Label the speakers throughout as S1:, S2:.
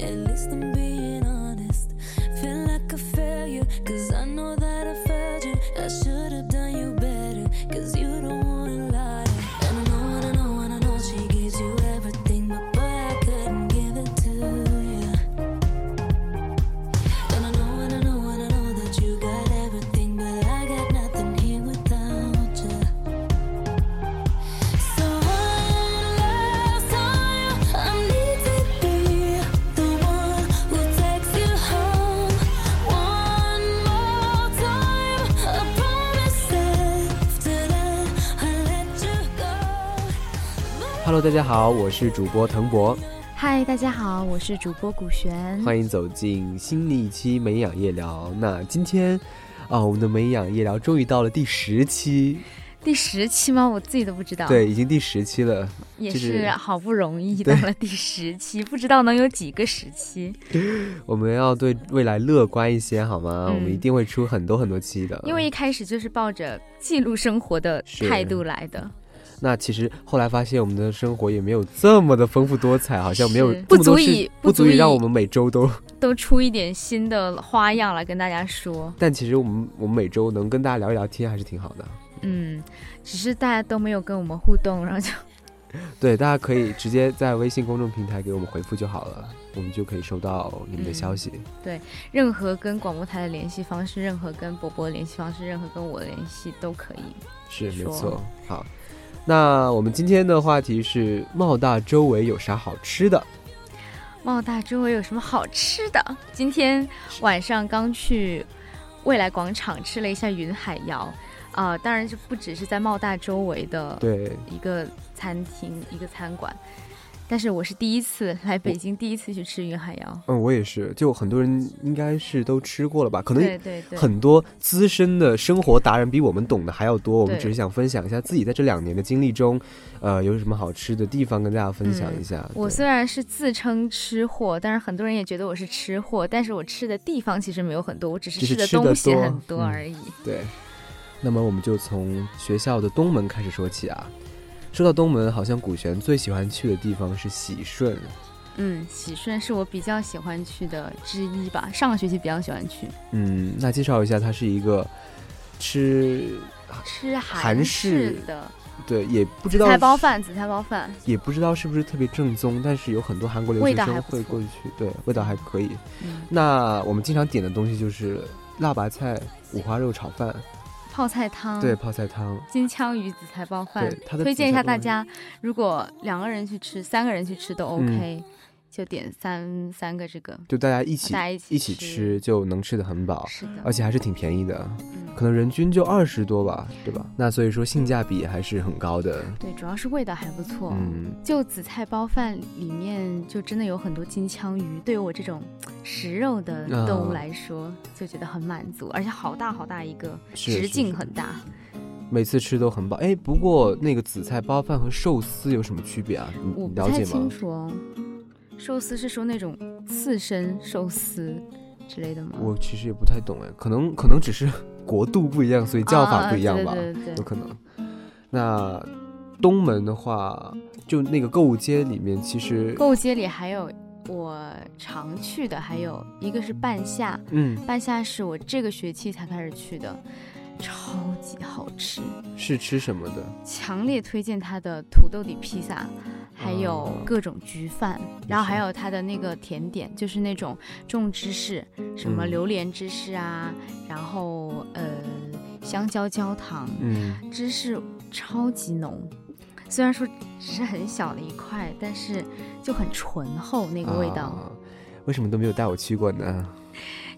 S1: honest, I'm being honest. Feel like a failure, cause I know that I failed you. I should have done you better, cause you don't wanna lie. And I know, and I know, and I know she gives you everything, but boy, I couldn't give it to you. And I know, and I know, and I know that you got everything, but I got nothing here without you. So one last time, I need to be the one who takes you home. One more time, I promise after that I'll let you go.
S2: Hello，大家好，我是主播腾博，
S3: 嗨，大家好，我是主播古璇。
S2: 欢迎走进新的一期美养夜聊。那今天啊，我们的美养夜聊终于到了第十期，
S3: 第十期吗？我自己都不知道。
S2: 对，，已经第十期了。
S3: 也
S2: 就是是
S3: 好不容易到
S2: 对
S3: 了第十期，不知道能有几个十期，
S2: 我们要对未来乐观一些，好吗？
S3: 嗯
S2: 我们一定会出很多很多期的。
S3: 因为一开始就是抱着记录生活的
S2: 是
S3: 态度来的，
S2: 那其实后来发现，我们的生活也没有这么的丰富多彩，好像没有
S3: 是
S2: 这么多
S3: 不足
S2: 事
S3: 以
S2: 不
S3: 不
S2: 足
S3: 足
S2: 以
S3: 以
S2: 让我们每周都。
S3: 都出一点新的花样来跟大家说。
S2: 但其实我们我们每周能跟大家聊一聊天，还是挺好的。
S3: 嗯，只是大家都没有跟我们互动，然后就
S2: 对，大家可以直接在微信公众平台给我们回复就好了，我们就可以收到你们的
S3: 嗯
S2: 消息。
S3: 任何跟广播台的联系方式，任何跟伯伯的联系方式，任何跟我的联系都可以。
S2: 是，没
S3: 说
S2: 错。好，那我们今天的话题是茂大周围有啥好吃的？
S3: 茂大周围有什么好吃的？今天晚上刚去未来广场吃了一下云海肴，啊、当然就不只是在茂大周围的
S2: 对，
S3: 一个餐厅、一个餐馆，但是我是第一次来北京，第一次去吃云海肴。
S2: 嗯，我也是，就很多人应该是都吃过了吧？可
S3: 对
S2: 能
S3: 对对，
S2: 很多资深的生活达人比我们懂得还要多。我们
S3: 对
S2: 只是想分享一下自己在这两年的经历中，呃，有什么好吃的地方跟大家分享一下。
S3: 嗯我
S2: 对
S3: 虽然是自称吃货，但是很多人也觉得我是吃货，但是我吃的地方其实没有很多，我只是
S2: 只是
S3: 吃的
S2: 吃得
S3: 东西
S2: 多
S3: 很多
S2: 嗯
S3: 而已。
S2: 对，那么我们就从学校的东门开始说起啊。说到东门，好像古璇最喜欢去的地方是喜顺，
S3: 嗯，喜顺是我比较喜欢去的之一吧，上个学期比较喜欢去。
S2: 嗯，那介绍一下，它是一个吃
S3: 吃
S2: 韩
S3: 韩
S2: 式
S3: 式的
S2: 对，也不知
S3: 紫
S2: 道
S3: 菜包饭，紫菜包饭，
S2: 也不知道是不是特别正宗，但是有很多韩国留
S3: 味
S2: 学
S3: 道
S2: 生
S3: 还不
S2: 会
S3: 错
S2: 过去，对，味道还可以。
S3: 嗯，
S2: 那我们经常点的东西就是辣白菜、五花肉炒饭，
S3: 泡菜汤，
S2: 对，，泡菜汤，
S3: 金枪鱼紫菜包嗯饭
S2: 对，，它的
S3: 推
S2: 紫
S3: 荐一
S2: 菜
S3: 下
S2: 包
S3: 大
S2: 饭，
S3: 家，如果两个人去吃，三个人去吃都
S2: 嗯
S3: OK，就点三三个这个，
S2: 就大家一起
S3: 大家一起
S2: 一起吃，就能吃的很饱，
S3: 是的，
S2: 而且还是挺便宜的，
S3: 嗯
S2: 可能人均就二十多吧，对吧？那所以说性价比还是很高的，
S3: 对，主要是味道还不错。
S2: 嗯，
S3: 就紫菜包饭里面就真的有很多金枪鱼，对于我这种食肉的
S2: 啊
S3: 动物来说，就觉得很满足，而且好大好大一个，
S2: 是
S3: 直
S2: 是
S3: 径
S2: 是
S3: 很大。
S2: 每次吃都很饱。哎，不过那个紫菜包饭和寿司有什么区别啊？你
S3: 我
S2: 你
S3: 不
S2: 了
S3: 太
S2: 解
S3: 清
S2: 吗？
S3: 楚哦。寿司是说那种刺身寿司之类的吗？
S2: 我其实也不太懂哎，可能可能只是国度不一样，所以叫法不一样吧，
S3: 啊、对对对
S2: 有
S3: 对，
S2: 可能。那东门的话，就那个购物街里面，其实
S3: 购物街里还有我常去的，还有一个是半夏，
S2: 嗯
S3: 半夏是我这个学期才开始去的，超级好吃，
S2: 是吃什么的？
S3: 强烈推荐它的土豆底披萨。还有
S2: 啊
S3: 各种焗饭，然后还有它的那个甜点，就是那种重芝士，什么
S2: 嗯
S3: 榴莲芝士啊，然后呃香蕉焦糖，
S2: 嗯，
S3: 芝士超级浓，虽然说只是很小的一块，但是就很醇厚那个味道。
S2: 啊为什么都没有带我去过呢？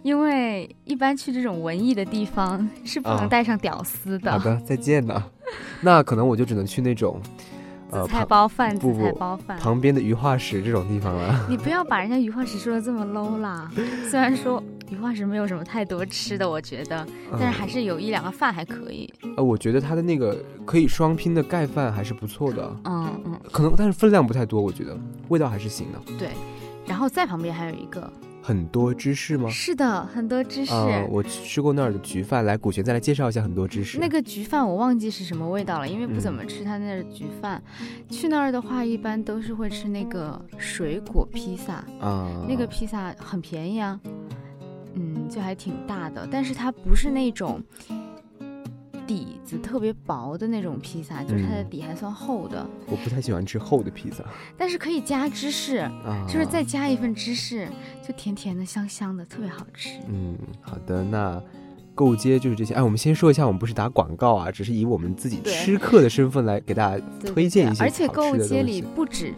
S3: 因为一般去这种文艺的地方是不
S2: 啊
S3: 能带上屌丝的，
S2: 好的，再见呢。 那可能我就只能去那种，呃，
S3: 紫菜
S2: 旁
S3: 包啊饭，
S2: 不
S3: 紫菜
S2: 不
S3: 包饭。
S2: 旁边的鱼化石这种地方了。
S3: 你不要把人家鱼化石说的这么 low 啦。虽然说鱼化石没有什么太多吃的，我觉得， 但是还是有一两个饭还可以。
S2: 嗯呃，我觉得它的那个可以双拼的盖饭还是不错的，
S3: 嗯嗯，
S2: 可能但是分量不太多，我觉得味道还是行的。
S3: 然后再旁边还有一个
S2: 很多芝士吗？
S3: 是的，很多芝士。
S2: 啊、我吃过那儿的焗饭，来古璇再来介绍一下很多芝士。
S3: 那个焗饭我忘记是什么味道了，因为
S2: 嗯
S3: 不怎么吃他那儿的焗饭。去那儿的话，一般都是会吃那个水果披萨，
S2: 啊，
S3: 那个披萨很便宜啊，嗯，就还挺大的，但是它不是那种底子特别薄的那种披萨，就是它的
S2: 嗯
S3: 底还算厚的，
S2: 我不太喜欢吃厚的披萨
S3: 但是可以加芝士，
S2: 啊，
S3: 就是再加一份芝士，就甜甜的、香香的，特别好吃。
S2: 嗯，好的，那购街就是这些。哎，我们先说一下，我们不是打广告啊，只是以我们自己
S3: 对
S2: 吃客的身份来给大家
S3: 对
S2: 推荐一些
S3: 而且
S2: 好吃的
S3: 购物街
S2: 东
S3: 里
S2: 西
S3: 不止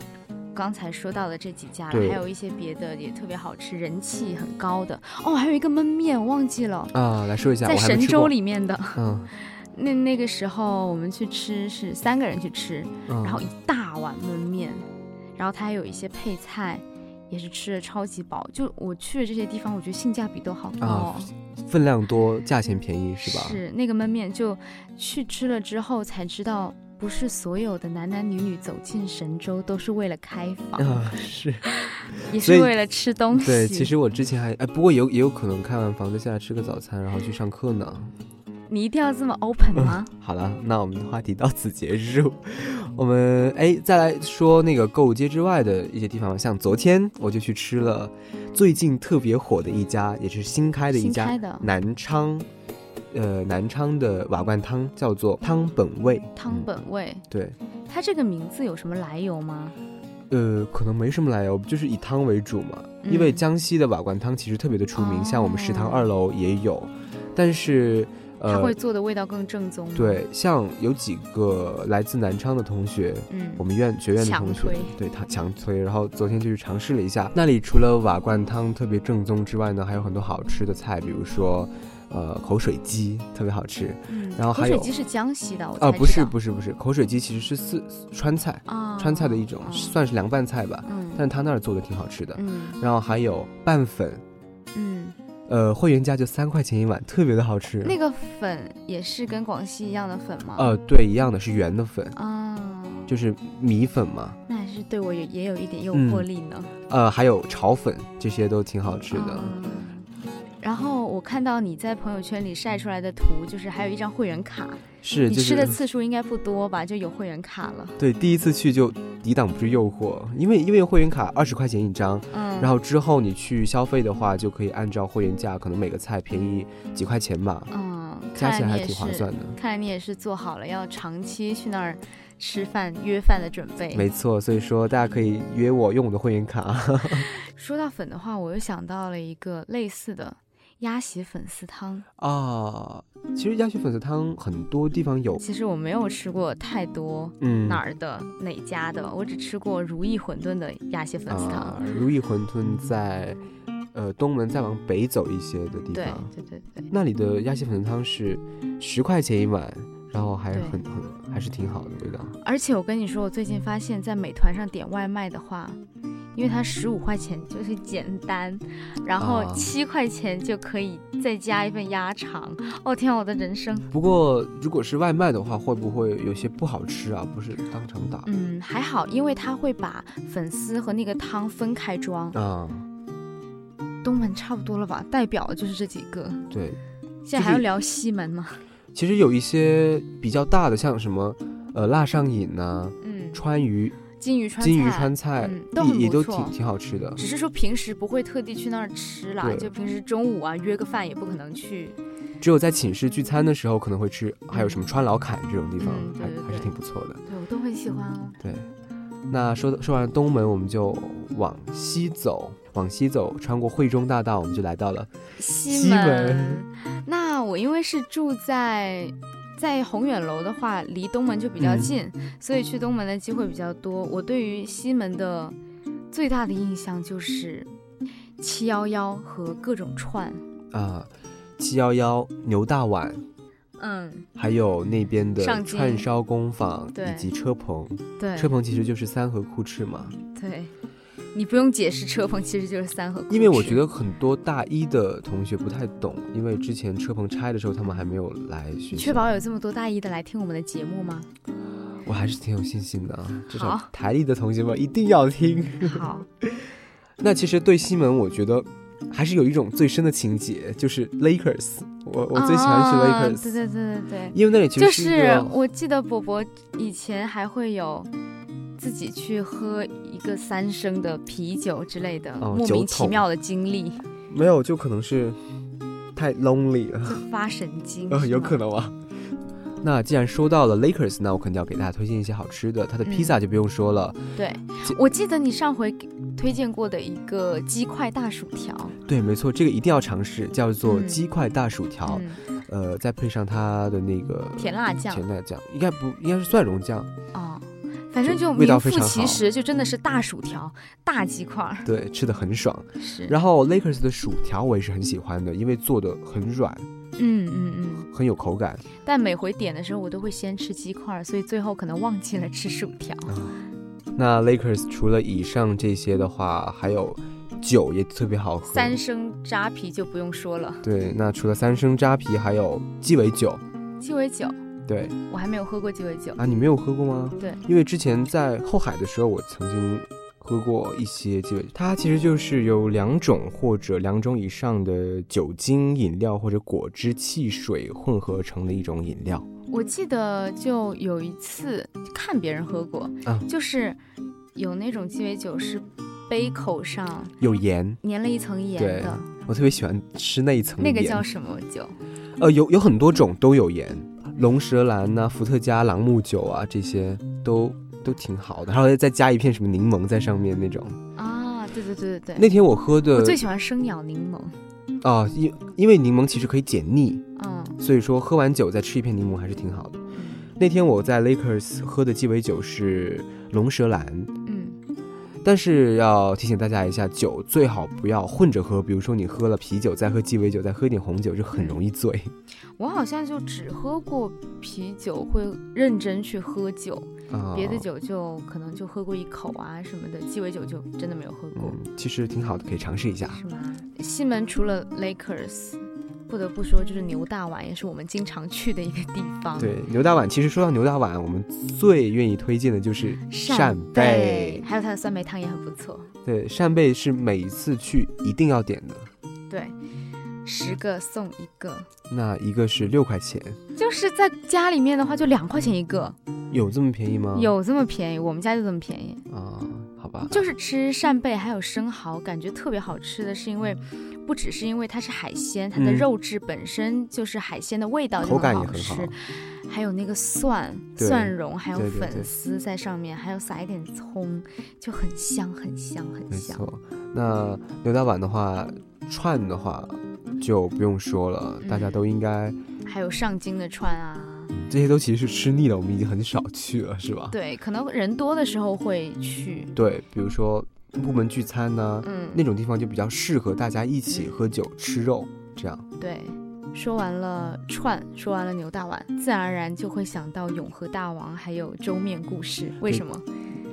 S3: 刚才说到的这几家了，
S2: 对
S3: 还有一些别的也特别好吃、人气很高的。哦，还有一个焖面，我忘记了，
S2: 啊，来说一下，
S3: 在
S2: 我还没
S3: 神
S2: 吃
S3: 州
S2: 过。
S3: 里面的。
S2: 嗯，
S3: 那那个时候我们去吃是三个人去吃，
S2: 嗯
S3: 然后一大碗焖面，然后它还有一些配菜，也是吃的超级饱。就我去的这些地方，我觉得性价比都好高、哦
S2: 啊分量多，价钱便宜是吧？
S3: 是那个焖面，就去吃了之后才知道，不是所有的男男女女走进神州都是为了开房，
S2: 啊，是
S3: 也
S2: 所
S3: 是
S2: 以
S3: 为了吃东西。
S2: 对。其实我之前还哎，不过也有也有可能开完房就下来吃个早餐，然后去上课呢。
S3: 你一定要这么 open 吗？
S2: 好了，那我们的话题到此结束。我们哎，再来说那个购物街之外的一些地方吧，像昨天我就去吃了最近特别火的一家，也是新开的一
S3: 新
S2: 家嗯
S3: 开的
S2: 南昌，呃，南昌的瓦罐汤叫做汤本味。
S3: 汤本味，
S2: 对，
S3: 它这个名字有什么来由吗？
S2: 呃，可能没什么来由，就是以汤为主嘛。
S3: 嗯
S2: 因为江西的瓦罐汤其实特别的出名，
S3: 哦
S2: 像我们食堂二楼也有，但是
S3: 它
S2: 呃
S3: 会，做的味道更正宗吗？，
S2: 对，像有几个来自南昌的同学，
S3: 嗯，
S2: 我们院学院的同
S3: 强
S2: 学
S3: 推，
S2: 对他强推，然后昨天就去尝试了一下。那里除了瓦罐汤特别正宗之外呢，还有很多好吃的菜，比如说，呃，口水鸡特别好吃。
S3: 嗯
S2: 然后还有
S3: 口水鸡是江西的，我
S2: 啊，
S3: 才
S2: 不
S3: 知
S2: 是
S3: 道
S2: 不是不是，口水鸡其实是四川菜，
S3: 啊，
S2: 川菜的一种，
S3: 哦
S2: 算是凉拌菜吧。但
S3: 嗯
S2: 是他那儿做的挺好吃的。
S3: 嗯
S2: 然后还有拌粉，
S3: 嗯，
S2: 呃，会员价就三块钱一碗，特别的好吃。
S3: 那个粉也是跟广西一样的粉吗？
S2: 呃，对，一样的是圆的粉，
S3: 啊，
S2: 就是米粉嘛。
S3: 那还是对我也也有一点诱
S2: 嗯
S3: 惑力呢。
S2: 呃，还有炒粉，这些都挺好吃的。
S3: 嗯然后我看到你在朋友圈里晒出来的图，就是还有一张会员卡，
S2: 是，
S3: 你
S2: 就是
S3: 吃的次数应该不多吧？就有会员卡了。
S2: 对，第一次去就抵挡不住诱惑，因为因为会员卡二十块钱一张，
S3: 嗯，
S2: 然后之后你去消费的话，就可以按照会员价，可能每个菜便宜几块钱吧，
S3: 嗯，
S2: 加
S3: 看
S2: 起来
S3: 来
S2: 还
S3: 你也
S2: 挺
S3: 是，
S2: 划算的。
S3: 看来你也是做好了要长期去那儿吃饭约饭的准备。
S2: 没错，所以说大家可以约我用我的会员卡。
S3: 说到粉的话，我又想到了一个类似的鸭血粉丝汤。
S2: 啊。其实鸭血粉丝汤很多地方有，
S3: 其实我没有吃过太多
S2: 嗯，
S3: 哪儿的、哪家的，我只吃过如意馄饨的鸭血粉丝汤。
S2: 啊，如意馄饨在呃东门再往北走一些的地
S3: 对
S2: 方，
S3: 对对对，
S2: 那里的鸭血粉丝汤是十块钱一碗，然后还
S3: 对
S2: 很很还是挺好的味道。
S3: 而且我跟你说，我最近发现，在美团上点外卖的话，因为它十五块钱就是简单，然后
S2: 啊
S3: 七块钱就可以再加一份鸭肠。哦天啊，我的人生，
S2: 不过如果是外卖的话，会不会有些不好吃啊？不是当场打、
S3: 嗯，还好，因为它会把粉丝和那个汤分开装。
S2: 啊？
S3: 东门差不多了吧？代表的就是这几个。
S2: 对，
S3: 现在还要聊西门吗？
S2: 其实有一些比较大的，像什么呃辣上瘾呐、
S3: 嗯，
S2: 川渝
S3: 金鱼川菜
S2: 金鱼川菜，
S3: 嗯都很
S2: 也也
S3: 不
S2: 都
S3: 错
S2: 挺挺好吃的。
S3: 只是说平时不会特地去那儿吃啦，
S2: 对
S3: 就平时中午啊约个饭也不可能去。
S2: 只有在寝室聚餐的时候可能会吃，还有什么川老凯这种地方，
S3: 嗯嗯对对
S2: 还还是
S3: 对
S2: 挺不错的。
S3: 对，我都很喜欢哦。
S2: 对，那说说完了东门，我们就往西走，往西走，穿过惠中大道，我们就来到了
S3: 西
S2: 西
S3: 门，
S2: 门
S3: 那我因为是住在。在宏远楼的话，离东门就比较近，所以去东门的机会比较多。我对于西门的最大的印象就是七幺幺和各种串，
S2: 啊七幺幺牛大碗，
S3: 嗯，
S2: 还有那边的
S3: 上京
S2: 串烧工坊
S3: 对
S2: 以及车棚，
S3: 对
S2: 车棚其实就是三河库翅嘛。
S3: 对，你不用解释，车棚其实就是三合。
S2: 因为我觉得很多大一的同学不太懂，因为之前车棚拆的时候他们还没有来学校。
S3: 确保有这么多大一的来听我们的节 目吗？
S2: 我还是挺有信心的啊，至少
S3: 好
S2: 台里的同学们一定要听。
S3: 好，
S2: 那其实对西门，我觉得还是有一种最深的情节，就是 Lakers，我我最喜欢去 Lakers，、
S3: 啊对对对对对，
S2: 因为那里其
S3: 就
S2: 实一
S3: 是
S2: 个
S3: 我记得伯伯以前还会有自己去喝一个三升的啤酒之类的、
S2: 哦
S3: 莫
S2: 酒
S3: 名其
S2: 桶
S3: 妙的经历，
S2: 没有，就可能是太 lonely 了。，
S3: 就发神经
S2: 呃，
S3: 是
S2: 有
S3: 吗
S2: 可能啊。那既然说到了 Lakers，那我肯定要给大家推荐一些好吃的。它的披萨就不用说了，
S3: 对
S2: 这，
S3: 我记得你上回给推荐过的一个鸡块大薯条，
S2: 对，没错，这个一定要尝试，叫做
S3: 嗯
S2: 鸡块大薯条，
S3: 嗯，
S2: 呃，再配上它的那个
S3: 甜辣酱
S2: 甜辣酱，应该不应该是蒜蓉酱，
S3: 哦，反正
S2: 就
S3: 就
S2: 味道
S3: 名
S2: 非
S3: 副
S2: 常好嗯
S3: 其实，就真的是大薯条、大鸡块儿，
S2: 对，吃的很爽。
S3: 是，
S2: 然后 Lakers 的薯条我也是很喜欢的，因为做的很软，
S3: 嗯嗯嗯。
S2: 很有口感。
S3: 但每回点的时候，我都会先吃鸡块儿，所以最后可能忘记了吃薯条。
S2: 啊那 Lakers 除了以上这些的话，还有酒也特别好喝。
S3: 三升扎啤就不用说了，
S2: 对，那除了三生扎啤，还有鸡尾酒。
S3: 鸡尾酒
S2: 对，
S3: 我还没有喝过鸡尾酒，
S2: 啊，你没有喝过吗？
S3: 对，
S2: 因为之前在后海的时候，我曾经喝过一些鸡尾酒，它其实就是有两种或者两种以上的酒精饮料或者果汁、汽水混合成的一种饮料。
S3: 我记得就有一次看别人喝过，
S2: 啊
S3: 就是有那种鸡尾酒是杯口上
S2: 有盐，
S3: 粘了一层盐
S2: 对
S3: 的，
S2: 我特别喜欢吃那一层
S3: 那
S2: 盐。
S3: 个叫什么酒？
S2: 呃，有有很多种都有盐，龙舌兰呐、伏特加、朗姆酒啊，这些都都挺好的，然后再加一片什么柠檬在上面那种。
S3: 啊，对对对对对，
S2: 那天我喝的
S3: 我最喜欢生咬柠檬，
S2: 啊，因因为柠檬其实可以解腻，
S3: 嗯
S2: 所以说喝完酒再吃一片柠檬还是挺好的。那天我在 Lakers 喝的鸡尾酒是龙舌兰，
S3: 嗯，
S2: 但是要提醒大家一下，酒最好不要混着喝。比如说你喝了啤酒，再喝鸡尾酒，再喝一点红酒，就很容易醉。
S3: 我好像就只喝过啤酒，会认真去喝酒，
S2: 啊、
S3: 别的酒就可能就喝过一口啊什么的，鸡尾酒就真的没有喝过，
S2: 嗯，其实挺好的，可以尝试一下。
S3: 是吗？西门除了 Lakers。不得不说，就是牛大碗也是我们经常去的一个地方。
S2: 对，牛大碗，其实说到牛大碗，我们最愿意推荐的就是扇贝。
S3: 还有它的酸梅汤也很不错。
S2: 对，扇贝是每一次去一定要点的。
S3: 对，十个送一个，
S2: 那一个是六块钱，
S3: 就是在家里面的话就两块钱一个，
S2: 有这么便宜吗？
S3: 有这么便宜？我们家就这么便宜。
S2: 啊、好吧。
S3: 就是吃扇贝还有生蚝，感觉特别好吃的是因为，不只是因为它是海鲜，它的
S2: 嗯
S3: 肉质本身就是海鲜的味道就
S2: 口感也
S3: 好
S2: 很
S3: 吃
S2: 好，
S3: 还有那个蒜
S2: 对
S3: 蒜蓉，还有
S2: 对对对
S3: 粉丝在上面，还有撒一点葱，就很香很香很
S2: 没
S3: 香。
S2: 错，那牛大碗的话，串的话就不用说了，大家
S3: 嗯
S2: 都应该，
S3: 还有上京的串啊，
S2: 这些都其实是吃腻了，我们已经很少去了，是吧？
S3: 对，可能人多的时候会去，
S2: 对，比如说部门聚餐呢，
S3: 嗯，
S2: 那种地方就比较适合大家一起喝酒、吃肉这样。
S3: 对。说完了串，说完了牛大碗，自然而然就会想到永和大王，还有粥面故事。为什么？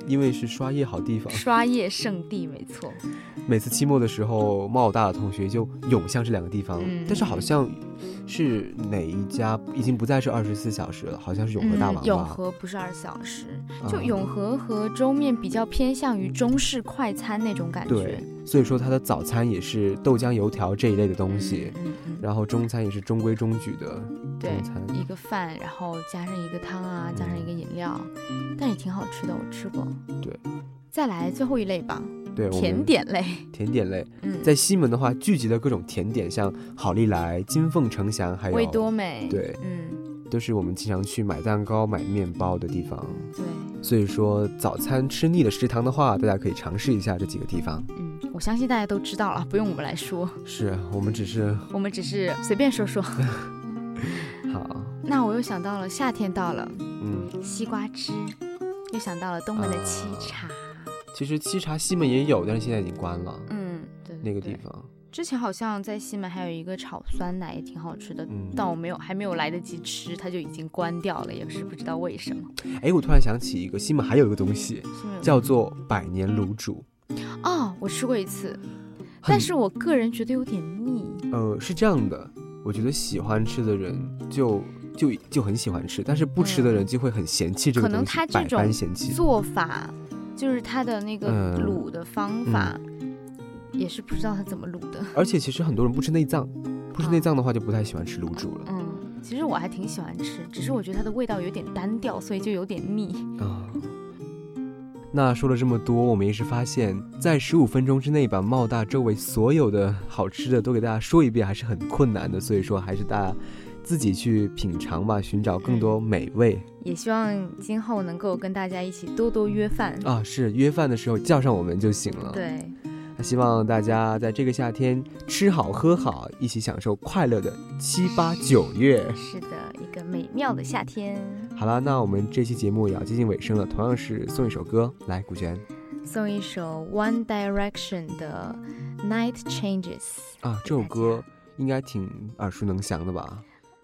S2: 因为是刷夜好地方，
S3: 刷夜圣地，没错。
S2: 每次期末的时候，茂大的同学就涌向这两个地方，
S3: 嗯
S2: 但是好像是哪一家已经不再是二十四小时了，好像是永和大王吧？
S3: 嗯、永和不是二十四小时，就
S2: 啊
S3: 永和和粥面比较偏向于中式快餐那种感觉。
S2: 对，所以说它的早餐也是豆浆、油条这一类的东西，
S3: 嗯，嗯嗯
S2: 然后中餐也是中规中矩的
S3: 对
S2: 中，餐。
S3: 一个饭，然后加上一个汤啊，加上一个饮料，但也挺好吃的，我吃过。
S2: 嗯对，
S3: 再来最后一类吧，
S2: 对，我
S3: 甜
S2: 们
S3: 点类。
S2: 甜点类，
S3: 嗯，
S2: 在西门的话，聚集了各种甜点，像好利来、金凤呈祥，还有
S3: 味多美。
S2: 对，
S3: 嗯，
S2: 都是我们经常去买蛋糕、买面包的地方。
S3: 对，
S2: 所以说，早餐吃腻了食堂的话，大家可以尝试一下这几个地方。
S3: 嗯，我相信大家都知道了，不用我们来说，
S2: 是我们只是
S3: 我们只是随便说 说。
S2: 好，
S3: 那我又想到了，夏天到了，
S2: 嗯，
S3: 西瓜汁，又想到了东门的
S2: 啊
S3: 沏茶。
S2: 其实七茶西门也有，但是现在已经关了。
S3: 嗯，对对
S2: 那个
S3: 对
S2: 地方，
S3: 之前好像在西门还有一个炒酸奶也挺好吃的，
S2: 嗯，
S3: 但我没有还没有来得及吃，它就已经关掉了，也是不知道为什么。
S2: 哎，我突然想起一个，西门还有一个东西，
S3: 西门有
S2: 叫做百年卤煮。
S3: 哦，我吃过一次，
S2: 很
S3: 但是我个人觉得有点腻。
S2: 呃，是这样的，我觉得喜欢吃的人就就就很喜欢吃，但是不吃的人就会很嫌弃这个
S3: 嗯可能
S2: 东西
S3: 他，这
S2: 百般
S3: 种
S2: 嫌弃。
S3: 做法就是它的那个
S2: 嗯
S3: 卤的方法，也是不知道它怎么卤的。
S2: 而且其实很多人不吃内脏，不吃内
S3: 啊
S2: 脏的话就不太喜欢吃卤煮了
S3: 嗯，其实我还挺喜欢吃，只是我觉得它的味道有点单调，所以就有点腻。
S2: 啊。那说了这么多，我们也是发现，在十五分钟之内把茂大周围所有的好吃的都给大家说一遍，还是很困难的。所以说，还是大家自己去品尝吧，寻找更
S3: 嗯
S2: 多美味
S3: 也希望今后能够跟大家一起多多约饭。
S2: 啊！是约饭的时候叫上我们就行了。
S3: 对，
S2: 那希望大家在这个夏天吃好喝好，一起享受快乐的七八九月。
S3: 是的，一个美妙的夏天。
S2: 好啦，那我们这期节目也要接近尾声了，同样是送一首歌来，古卷
S3: 送一首 One Direction 的《Night Changes》，
S2: 啊，这首歌应该挺耳熟能详的吧？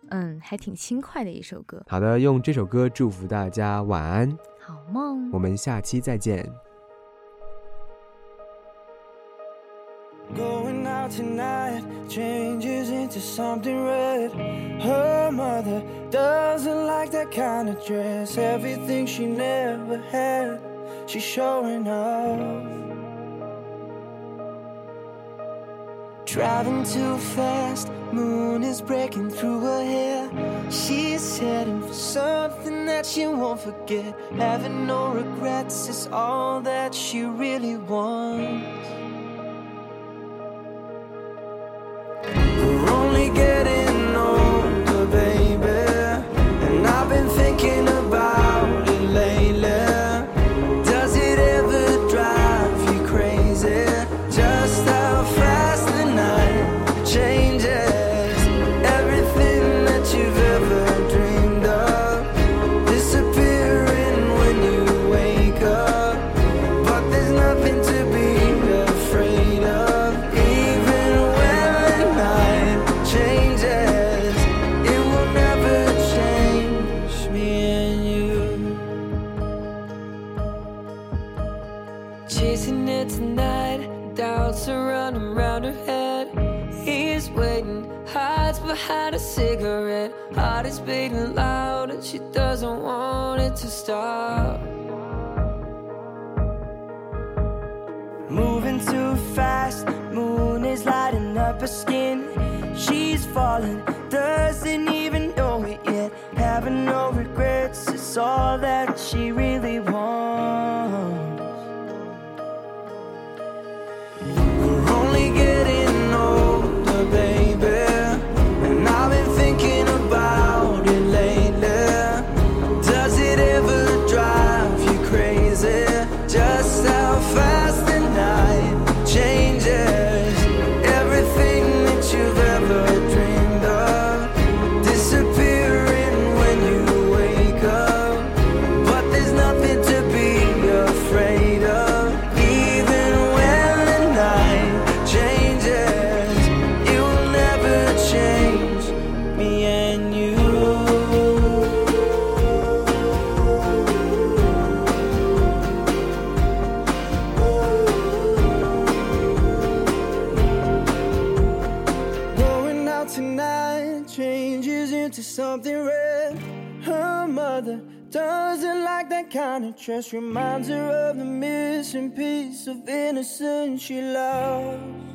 S3: 嗯，还挺轻快的一首歌。
S2: 好的，用这首歌祝福大家晚安，
S3: 好梦
S2: 我。们下期再见。
S4: Going out tonight changes into something red. Her mother doesn't like that kind of dress. Everything she never had, she's showing off. Driving too fast, moon is breaking through her hair. She's heading for something that she won't forget. Having no regrets is all that she really wants. We're only getting older, baby, and I've been thinking about it lately. Does it ever drive you crazy? Just how fast the night changes. Everything that you've ever dreamed of disappearing when you wake up. But there's nothing to be afraid of. Even when the night changes, it will never change me and you. Chasing it tonight, doubts are running round her head. He's waiting, hides behind a cigarette. Heart is beating loud, and she doesn't want it to stop. Moving too fast, moon is lighting up her skin. She's falling, doesn't even know it yet. Having no regrets is all that she really wants. We're only getting older, baby, and I've been thinking about it lately. Does it ever drive you crazy? Just how fast the night changes. Everything that you've ever dreamed of disappearing when you wake up. But there's nothing to be afraid of. Even when the night changes, it will never change me and you. Going out tonight changes into something red. Her mother doesn't like that kind of dress. Reminds her of the missing piece of innocence she lost.